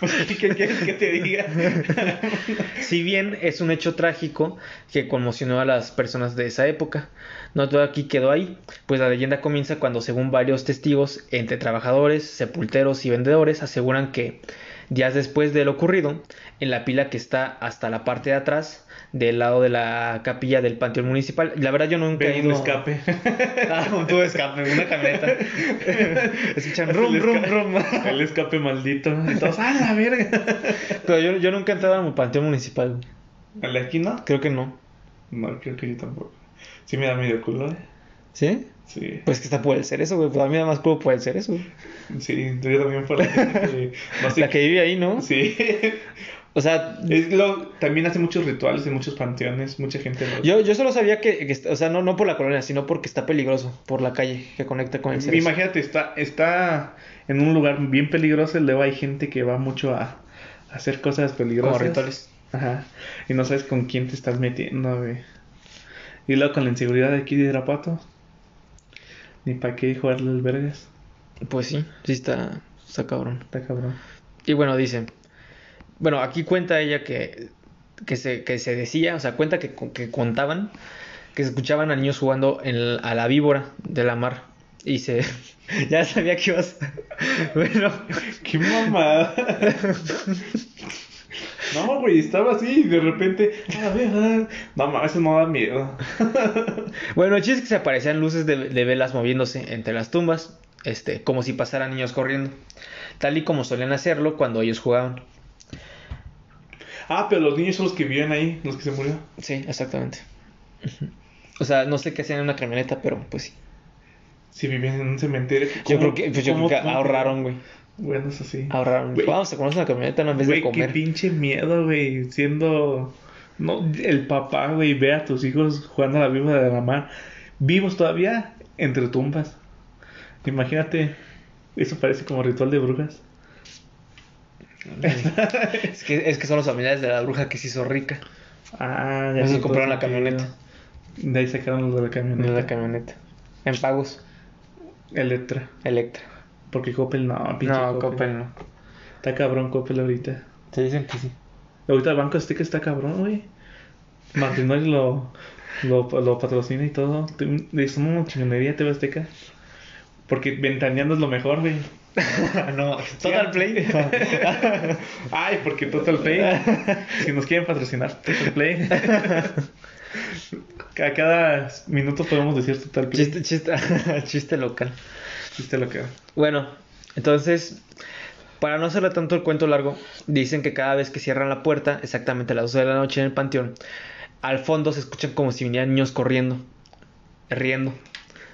A: Pues, ¿Qué quieres que te diga?
B: Si bien es un hecho trágico que conmocionó a las personas de esa época, no todo aquí quedó ahí, pues la leyenda comienza cuando según varios testigos, entre trabajadores, sepulteros y vendedores, aseguran que días después de lo ocurrido, en la pila que está hasta la parte de atrás, del lado de la capilla del Panteón Municipal, la verdad yo nunca he
A: Ven
B: ido...
A: un escape.
B: Ah, un tubo de escape, una camioneta. Escuchan rum,
A: El
B: rum,
A: esca-
B: rum.
A: El escape maldito. Entonces, ¡ah, la verga!
B: Pero yo, yo nunca he entrado al Panteón Municipal,
A: ¿A la esquina?
B: creo que no.
A: No, creo que yo tampoco. Sí me da medio culo, ¿eh?
B: ¿Sí?
A: Sí.
B: Pues que está puede ser eso, güey. Pues a mí nada más puedo puede ser eso.
A: Sí, yo también por la gente que- no sé
B: La que vive ahí, ¿no?
A: Sí.
B: O sea,
A: Es lo, también hace muchos rituales en muchos panteones, mucha gente lo...
B: yo, yo solo sabía que, que está- o sea, no, no por la colonia, sino porque está peligroso, por la calle que conecta con el cerezo.
A: Imagínate, está, está en un lugar bien peligroso y luego hay gente que va mucho a, a hacer cosas peligrosas.
B: Como rituales.
A: Ajá. Y no sabes con quién te estás metiendo, güey. Y luego con la inseguridad de aquí de Irapuato. Ni para qué jugarle al vergas.
B: Pues sí, sí está, está cabrón.
A: Está cabrón.
B: Y bueno, dice, bueno, aquí cuenta ella que, que, se, que se decía, o sea, cuenta que, con- que contaban que se escuchaban a niños jugando en l- a la víbora de la mar. Y se, ya sabía que ibas, bueno,
A: ¡Qué mamada! no, güey, estaba así y de repente... "Ah, la verga". No, mames, eso no da miedo.
B: Bueno, el chiste es que se aparecían luces de, de velas moviéndose entre las tumbas, este, como si pasaran niños corriendo, tal y como solían hacerlo cuando ellos jugaban.
A: Ah, pero los niños son los que viven ahí, los que se murieron.
B: Sí, exactamente. Ujú. O sea, no sé qué hacían en una camioneta, pero pues sí.
A: Si vivían en un cementerio.
B: Yo
A: ¿cómo-
B: creo que, pues, yo
A: cómo-
B: creo que
A: cómo-
B: ahorraron, güey.
A: Bueno, eso sí.
B: Ahorraron.
A: Güey.
B: Vamos a comprarnos una camioneta no, en vez
A: Güey,
B: de
A: qué
B: comer.
A: pinche miedo, güey. Siendo. No, el papá, güey, ve a tus hijos jugando a la viva de la mar. Vivos todavía, entre tumbas. Imagínate. Eso parece como ritual de brujas.
B: Es que, es que son los familiares de la bruja que se hizo rica.
A: Ah,
B: Esos
A: tiene
B: compraron
A: todo
B: la camioneta.
A: sentido. De ahí sacaron los de la
B: No
A: camioneta.
B: la camioneta. En pagos.
A: Electra.
B: Electra.
A: Porque Coppel no, pinche
B: No, Coppel no.
A: Está cabrón Coppel ahorita.
B: Te dicen que sí.
A: Ahorita el Banco Azteca está cabrón, güey. Martinoy lo, lo, lo patrocina y todo. Te- Es una chingonería TV Azteca. Porque ventaneando es lo mejor, güey.
B: no, Total Play.
A: Ay, porque Total Play. si nos quieren patrocinar, Total Play. A cada minuto podemos decir Total Play.
B: chiste, chiste, chiste local.
A: Chiste lo que.
B: Bueno, entonces, para no hacerle tanto el cuento largo, dicen que cada vez que cierran la puerta, exactamente a las 12 de la noche en el panteón, al fondo se escuchan como si vinieran niños corriendo, riendo,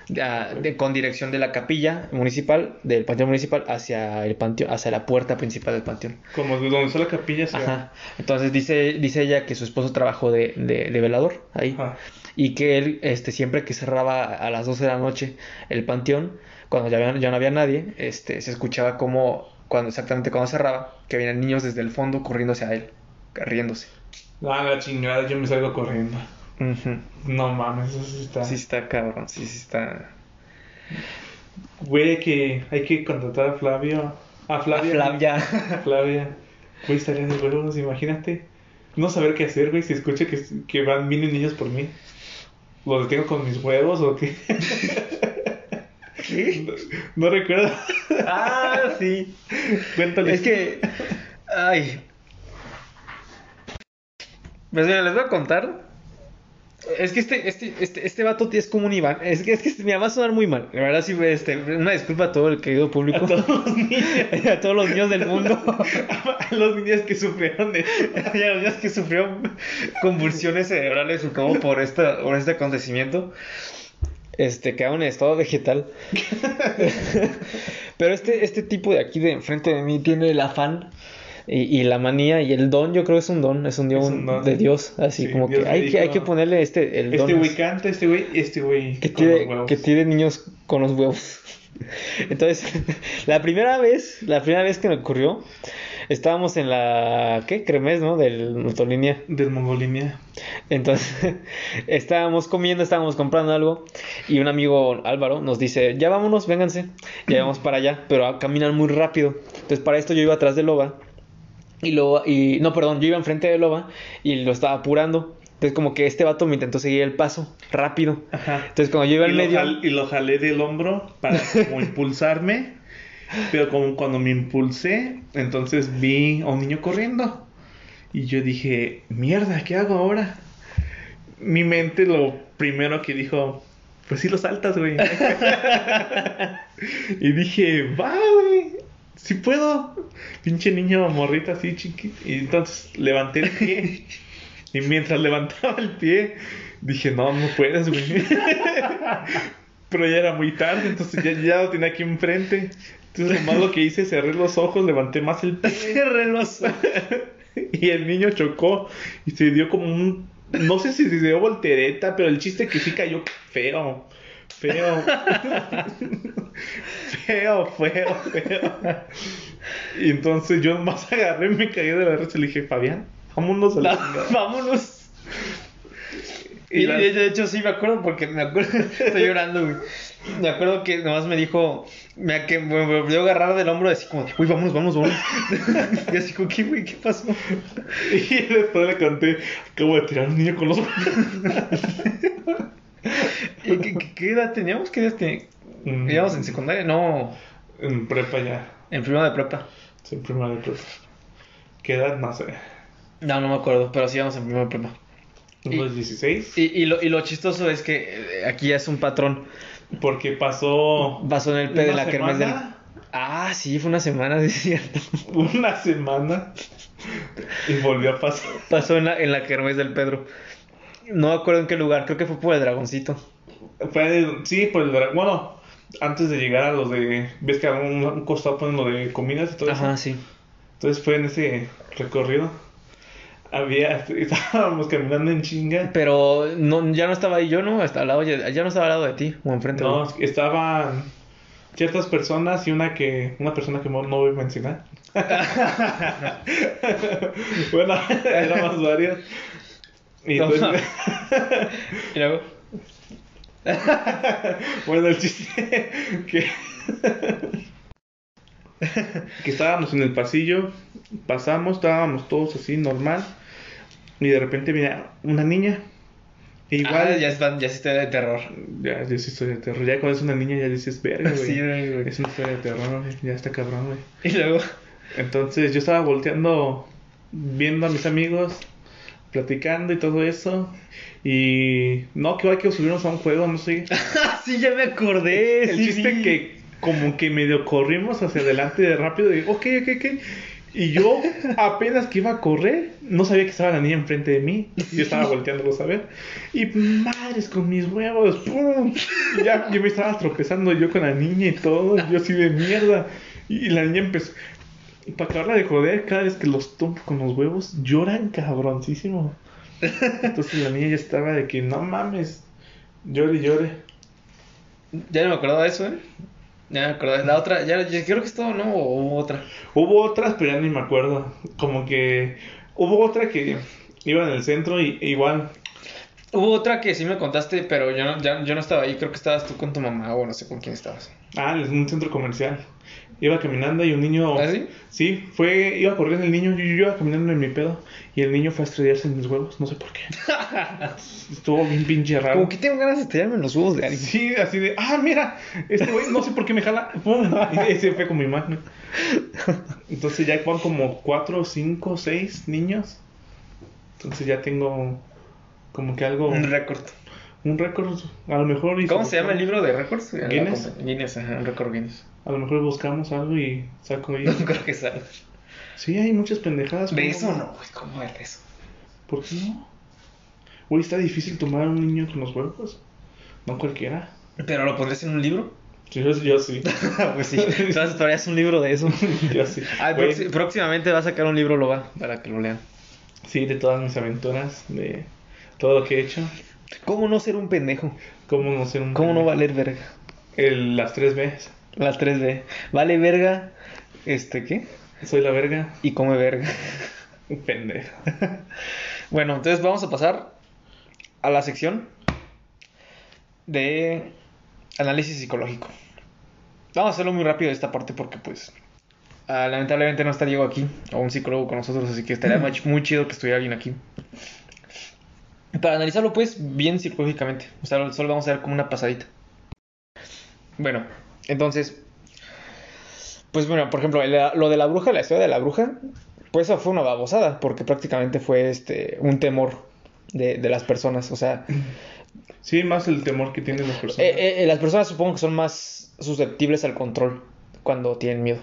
B: de- a- de- con dirección de la capilla municipal, del panteón municipal, hacia el panteón, hacia la puerta principal del panteón.
A: Como de donde está la capilla. se va.
B: Ajá. Entonces dice, dice ella que su esposo trabajó de, de- de velador ahí
A: Ajá.
B: y que él este siempre que cerraba a las 12 de la noche el panteón cuando ya, había- ya no había nadie este se escuchaba como cuando exactamente cuando cerraba que venían niños desde el fondo corriendo hacia él riéndose
A: Ah, la chingada, yo me salgo corriendo. No mames, eso sí está.
B: sí está cabrón sí sí está
A: Güey, hay que, hay que contratar a Flavio. A Flavia.
B: Flavia.
A: Flavia. Güey, estaría de huevos, imagínate. No saber qué hacer, güey, si escucha que, que van mil niños por mí. ¿Lo detengo con mis huevos o qué? No, no recuerdo.
B: ah sí
A: Cuéntale.
B: es que ay pues mira, les voy a contar es que este, este, este, este vato es como un Iván. Es que, es que mira, va a sonar muy mal. La verdad, sí, este, una disculpa a todo el querido público.
A: A todos los niños.
B: a todos los niños del mundo.
A: A los niños que sufrieron de
B: y a los niños que sufrieron convulsiones cerebrales supongo por esta, por este acontecimiento. Este, quedaron en estado vegetal. Pero este, este tipo de aquí de enfrente de mí tiene el afán Y, y la manía y el don, yo creo que es un don, es un don,
A: Es un don.
B: de Dios. Así
A: Sí,
B: como
A: Dios
B: que
A: le
B: hay, que hay
A: dijo,
B: que ponerle este, el don.
A: Este güey canta, este güey, este güey.
B: que
A: con los
B: tiene,
A: huevos.
B: que tiene niños con los huevos. Entonces, la primera vez, la primera vez que me ocurrió, estábamos en la, ¿qué? Cremes, ¿no? Del Motolinia.
A: Del Mongolinia.
B: Entonces, estábamos comiendo, estábamos comprando algo y un amigo Álvaro nos dice, ya vámonos, vénganse, ya vamos para allá, pero a caminar muy rápido. Entonces, para esto yo iba atrás de Loba y Loba, y, no, perdón, yo iba enfrente de Loba y lo estaba apurando. Entonces, como que este vato me intentó seguir el paso rápido.
A: Ajá.
B: Entonces, cuando yo iba
A: y,
B: al
A: lo
B: medio...
A: jal- y lo jalé del hombro para como impulsarme. Pero como cuando me impulsé, entonces vi a un niño corriendo. Y yo dije, mierda, ¿qué hago ahora? Mi mente lo primero que dijo, pues sí lo saltas, güey. y dije, va, güey. Si puedo. Pinche niño morrito así chiquito. Y entonces levanté el pie. Y mientras levantaba el pie, dije, no, no puedes, güey. Pero ya era muy tarde, entonces ya, ya lo tenía aquí enfrente. Entonces nomás lo que hice, cerré los ojos, levanté más el pie. Cerré los Y el niño chocó y se dio como un... No sé si se dio voltereta, pero el chiste que sí cayó feo. Feo. feo, feo, feo. Y entonces yo nomás agarré, me caí de la risa y le dije, Fabián, vámonos a la... chingada".
B: Vámonos.
A: Y
B: Y,
A: la-
B: de, de hecho sí me acuerdo porque me acuerdo, estoy llorando, güey. Me acuerdo que nomás me dijo, me, a- que me volvió a agarrar del hombro así como, uy, vamos, vamos, vamos. y así como, ¿qué, güey? ¿Qué pasó?
A: Y después le conté, acabo de tirar a un niño con los...
B: ¿Y qué, qué- qué edad teníamos? ¿Qué edad teníamos?
A: Mm.
B: ¿Íbamos en secundaria? No,
A: En prepa ya.
B: en primero de prepa.
A: Sí, primero de prepa. ¿Qué edad más? eh?
B: No, no me acuerdo, pero sí íbamos en primero de prepa.
A: ¿Unos 16?
B: Y, y, lo, y lo chistoso es que eh, aquí ya es un patrón.
A: Porque pasó
B: Pasó en el P de
A: Una
B: la Kermés del...
A: semana.
B: Ah, sí, fue una semana, sí, es cierto.
A: una semana y volvió a pasar.
B: Pasó en la, en la Kermés del Pedro. No me acuerdo en qué lugar, creo que fue por el Dragoncito.
A: Fue el- sí, pues el dra- bueno, antes de llegar a los de. ¿Ves que a un, a un costado ponen lo de comidas y todo eso?
B: Ajá, sí.
A: Entonces fue en ese recorrido. Había, estábamos caminando en chinga.
B: Pero no, ya no estaba ahí yo, ¿no? Hasta al lado, ya, ya no estaba al lado de ti, o enfrente.
A: No,
B: ¿no?
A: estaban ciertas personas y una que una persona que no no voy a mencionar. bueno, eran más varias. Y
B: No,
A: entonces-
B: Y luego,
A: bueno, el chiste que que estábamos en el pasillo, pasamos, estábamos todos así normal y de repente mira una niña igual
B: ah, ya, están, ya sí está de terror.
A: ya ya es historia de terror, ya cuando es una niña ya dices, "Verga, güey".
B: Sí, güey.
A: Es una historia de terror, güey. Ya está cabrón, güey.
B: Y luego,
A: Entonces yo estaba volteando, viendo a mis amigos, platicando y todo eso. Y no, que hay que subirnos a un juego, no sé.
B: ah, sí, ya me acordé.
A: El
B: sí,
A: chiste
B: sí.
A: que como que medio corrimos hacia adelante de rápido y ok, ok, ok. Y yo apenas que iba a correr, no sabía que estaba la niña enfrente de mí. Yo estaba volteándolos a ver. Y madres con mis huevos, ¡pum! Y ya yo me estaba tropezando yo con la niña y todo. y yo así de mierda. Y la niña empezó. Y para acabarla de joder, cada vez que los tomo con los huevos, lloran cabroncísimo. Entonces la niña ya estaba de que no mames. Llore, y llore.
B: Ya no me acordaba de eso, ¿eh? Ya no me acordaba. La otra, ya, ya creo que es todo, ¿no? O hubo otra.
A: Hubo otras, pero ya ni me acuerdo. Como que hubo otra que iba en el centro y e igual.
B: Hubo otra que sí me contaste, pero yo no, ya, yo no estaba ahí. Creo que estabas tú con tu mamá o no sé con quién estabas.
A: Ah, en un centro comercial. Iba caminando y un niño.
B: ¿Ah, sí?
A: Sí, fue. Iba corriendo el niño. Yo, yo iba caminando en mi pedo. Y el niño fue a estrellarse en mis huevos. No sé por qué. Estuvo bien pinche raro.
B: Como que tengo ganas de estallarme en los huevos de alguien.
A: Sí, así de. Ah, mira. Este güey no sé por qué me jala. Pum, y ese fue con mi mano. Entonces ya van como cuatro, cinco, seis niños. Entonces ya tengo. Como que algo.
B: Un récord.
A: Un récord, a lo mejor. y
B: ¿Cómo se llama el libro de récords? La
A: Guinness.
B: compa- Guinness, ajá, un récord Guinness.
A: A lo mejor buscamos algo y saco ahí.
B: No creo que salga.
A: sí, hay muchas pendejadas.
B: De
A: ¿cómo?
B: eso no, güey, ¿cómo de eso?
A: ¿Por qué no? Güey, está difícil tomar a un niño con los huevos. No cualquiera.
B: ¿Pero lo pondrías en un libro?
A: Yo, yo sí.
B: pues sí, entonces todavía es un libro de eso.
A: Yo sí.
B: Ay,
A: Güey,
B: proxi- próximamente va a sacar un libro, lo va, para que lo lean.
A: sí, de todas mis aventuras, de todo lo que he hecho.
B: ¿Cómo no ser un pendejo?
A: ¿Cómo no ser un
B: ¿Cómo no valer verga?
A: El- las tres Bs.
B: Las 3D. Vale verga, este, ¿qué?
A: Soy la verga.
B: Y come verga.
A: Pendejo.
B: Bueno, entonces vamos a pasar a la sección de análisis psicológico. Vamos a hacerlo muy rápido esta parte porque pues ah, lamentablemente no está Diego aquí o un psicólogo con nosotros, así que estaría muy, muy chido que estuviera alguien aquí. Para analizarlo pues bien psicológicamente, o sea, solo vamos a dar como una pasadita. Bueno, entonces, pues bueno, por ejemplo, el- lo de la bruja, la historia de la bruja, pues eso fue una babosada, porque prácticamente fue este un temor de, de las personas. O sea,
A: Sí, más el temor que tienen las personas.
B: eh, eh, las personas supongo que son más susceptibles al control cuando tienen miedo.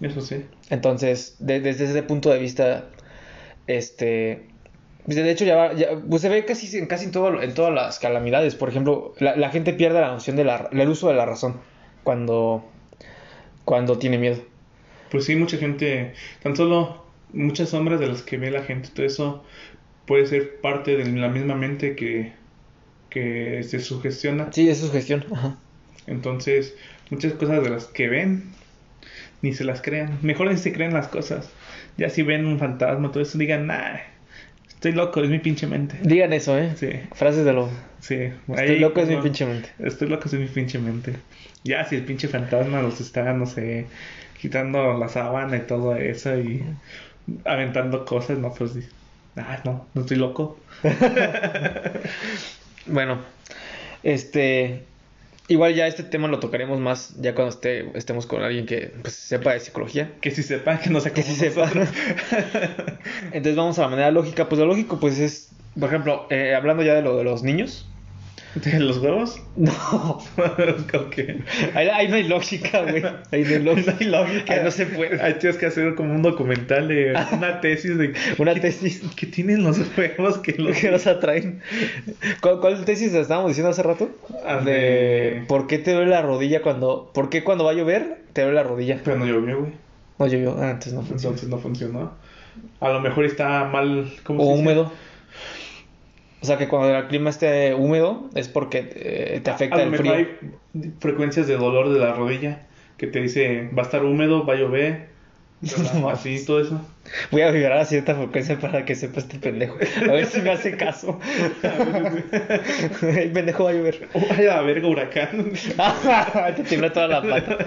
A: Eso sí.
B: Entonces, de- desde ese punto de vista, este... pues, De hecho, ya, va- ya- pues, se ve casi en casi en, todo- en todas las calamidades. Por ejemplo, la, la gente pierde la noción del uso de la razón cuando, cuando tiene miedo.
A: Pues sí, mucha gente, tan solo muchas sombras de las que ve la gente, todo eso puede ser parte de la misma mente que, que se sugestiona.
B: Sí, es sugestión. Ajá.
A: Entonces, muchas cosas de las que ven, ni se las crean. Mejor ni se crean las cosas. Ya si ven un fantasma, todo eso, digan, nah, estoy loco, es mi pinche mente.
B: Digan eso, ¿eh?
A: Sí,
B: Frases de lo...
A: sí.
B: Estoy
A: ahí
B: loco, es mi
A: no-
B: pinche mente.
A: Estoy loco, es mi pinche mente. Ya si el pinche fantasma los está, no sé, quitando la sábana y todo eso y aventando cosas, no, pues, di- ah, no, no estoy loco.
B: Bueno, este. Igual ya este tema lo tocaremos más ya cuando esté, estemos con alguien que pues, sepa de psicología.
A: Que si sepa, que no sé
B: Que
A: cómo
B: sí sepa. Entonces vamos a la manera lógica. Pues lo lógico, pues es. Por ejemplo, eh, hablando ya de lo de los niños.
A: ¿Los huevos?
B: No.
A: ¿Con qué?
B: Ahí, ahí no hay lógica, güey. Ahí no hay lógica.
A: hay lógica.
B: Ahí no se puede.
A: Ahí tienes que hacer como un documental de una tesis de
B: Una tesis
A: que tienen los huevos que los...
B: que nos atraen. ¿Cuál, cuál tesis estábamos diciendo hace rato?
A: Ah,
B: De
A: de-
B: por qué te duele la rodilla cuando. ¿Por qué cuando va a llover te duele la rodilla?
A: Pero no llovió, güey.
B: No llovió. Ah, entonces no funciona.
A: Entonces no funcionó. A lo mejor está mal... ¿cómo
B: O
A: se dice?
B: húmedo. O sea que cuando el clima esté húmedo es porque eh, te afecta
A: A lo
B: el
A: mejor
B: frío.
A: hay frecuencias de dolor de la rodilla que te dice va a estar húmedo, va a llover,
B: No mames.
A: así todo eso.
B: Voy a vibrar a cierta frecuencia para que sepa este pendejo. A ver si me hace caso. el pendejo va a llover.
A: Oh, ay, la verga, huracán.
B: te tiembla toda la pata.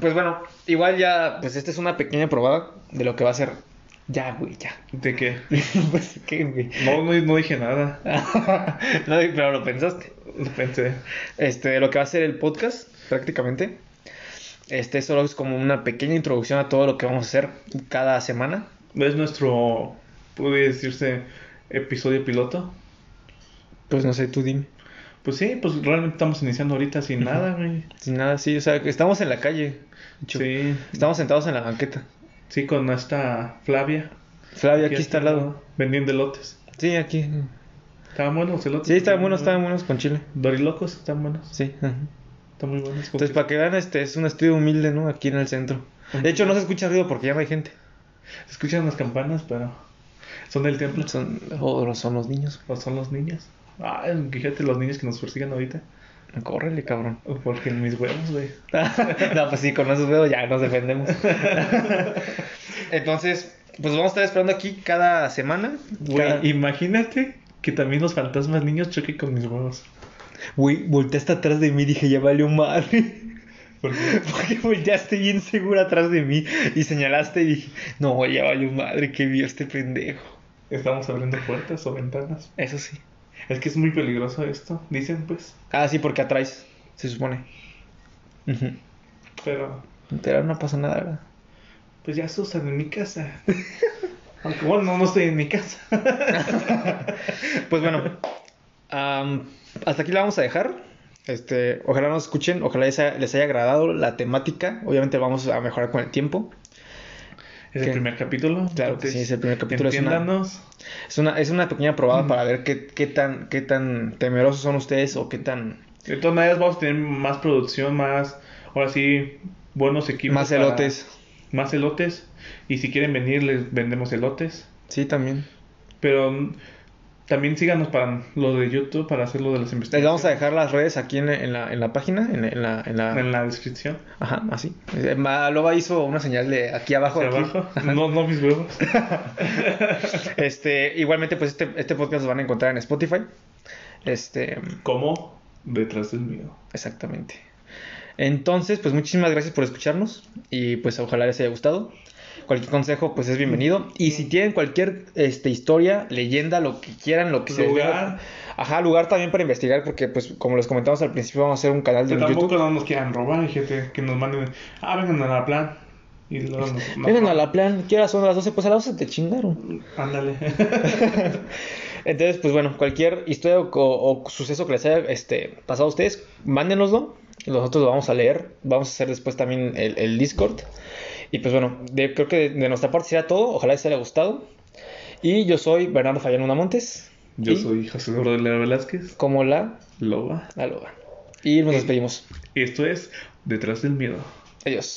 B: Pues bueno, igual ya, pues esta es una pequeña probada de lo que va a ser. Ya, güey, ya.
A: ¿De qué?
B: pues qué, güey.
A: No, no, no dije nada.
B: no, pero lo pensaste.
A: Pensé.
B: este, lo que va a ser el podcast, prácticamente. Este, solo es como una pequeña introducción a todo lo que vamos a hacer cada semana.
A: Es nuestro, puede decirse, episodio piloto.
B: Pues no sé, tú dime.
A: Pues sí, pues realmente estamos iniciando ahorita sin nada, güey.
B: Sin nada, sí, o sea, que estamos en la calle. Chu.
A: Sí,
B: Estamos sentados en la banqueta.
A: sí, con esta Flavia.
B: Flavia, aquí está al lado.
A: Vendiendo elotes.
B: Sí, aquí.
A: Estaban buenos los elotes.
B: Sí, estaban buenos, estaban buenos con chile.
A: Dorilocos, están buenos.
B: Sí. ajá.
A: Están muy buenos.
B: Entonces, para que vean, este es un estudio humilde, ¿no? Aquí en el centro. De hecho, no se escucha ruido porque ya no hay gente.
A: Se escuchan las campanas, pero son del templo.
B: Son, o son los niños.
A: ¿O son los niños? Ah, fíjate los niños que nos persigan ahorita.
B: Córrele, cabrón.
A: Porque en mis huevos, güey.
B: no, pues sí, con esos dedos ya nos defendemos. Entonces, pues vamos a estar esperando aquí cada semana. Cada-
A: Güey, imagínate que también los fantasmas niños choquen con mis huevos.
B: Güey, volteaste atrás de mí y dije, ya valió madre.
A: Porque
B: Porque volteaste bien seguro atrás de mí y señalaste y dije, no, ya valió madre, que vio este pendejo.
A: estamos abriendo puertas o ventanas.
B: Eso sí.
A: Es que es muy peligroso esto, dicen pues.
B: Ah, sí, porque atraes, se supone. Ujú.
A: Pero,
B: Pero no pasa nada, ¿verdad?
A: pues ya se usan en mi casa. Aunque bueno, no, no estoy en mi casa.
B: Pues bueno, am, hasta aquí la vamos a dejar. Este, ojalá nos escuchen, ojalá les haya, les haya agradado la temática. Obviamente vamos a mejorar con el tiempo.
A: Es
B: ¿Qué?
A: el primer capítulo.
B: Claro que sí, es el primer capítulo, es una-
A: Entiéndanos.
B: Es una, es una pequeña probada para ver qué, qué tan, qué tan temerosos son ustedes o qué tan
A: De todas maneras vamos a tener más producción, más, ahora sí, buenos equipos.
B: Más
A: para-
B: elotes.
A: Más elotes. Y si quieren venir, les vendemos elotes.
B: Sí, también.
A: Pero mm, también síganos para lo de YouTube, para hacer lo de las
B: Les
A: investigaciones.
B: vamos a dejar las redes aquí en, en la, en la página, en, en la... En la
A: En la descripción.
B: Ajá, así. Eh, Ma- Loba hizo una señal de aquí abajo.
A: Hacia
B: aquí.
A: abajo. No, no mis huevos.
B: Este, igualmente, pues este, este podcast lo van a encontrar en Spotify. Este,
A: Como detrás del miedo.
B: exactamente. Entonces, pues muchísimas gracias por escucharnos y pues ojalá les haya gustado. Cualquier consejo, pues es bienvenido. Y si tienen cualquier este, historia, leyenda, lo que quieran, lo que se les venga-
A: Lugar.
B: Ajá, lugar también para investigar, porque pues como les comentamos al principio, vamos a hacer un canal de
A: Que tampoco
B: YouTube.
A: no nos quieran robar, hay gente que nos manden. Ah, vengan a la plan. Y luego nos- nos-
B: Vengan a la plan, ¿qué horas son las 12? Pues a las 12 te chingaron.
A: Ándale.
B: Entonces, pues bueno, cualquier historia o, o suceso que les haya este, pasado a ustedes, mándenoslo. Nosotros lo vamos a leer. Vamos a hacer después también el, el Discord. Y pues bueno, de- creo que de, de nuestra parte será todo. Ojalá les haya gustado. Y yo soy Bernardo Fallán Unamontes.
A: Yo
B: Y
A: soy José Eduardo Lera Velázquez,
B: Como la,
A: Loba.
B: la loba. Y nos despedimos.
A: Y esto es Detrás del Miedo.
B: Adiós.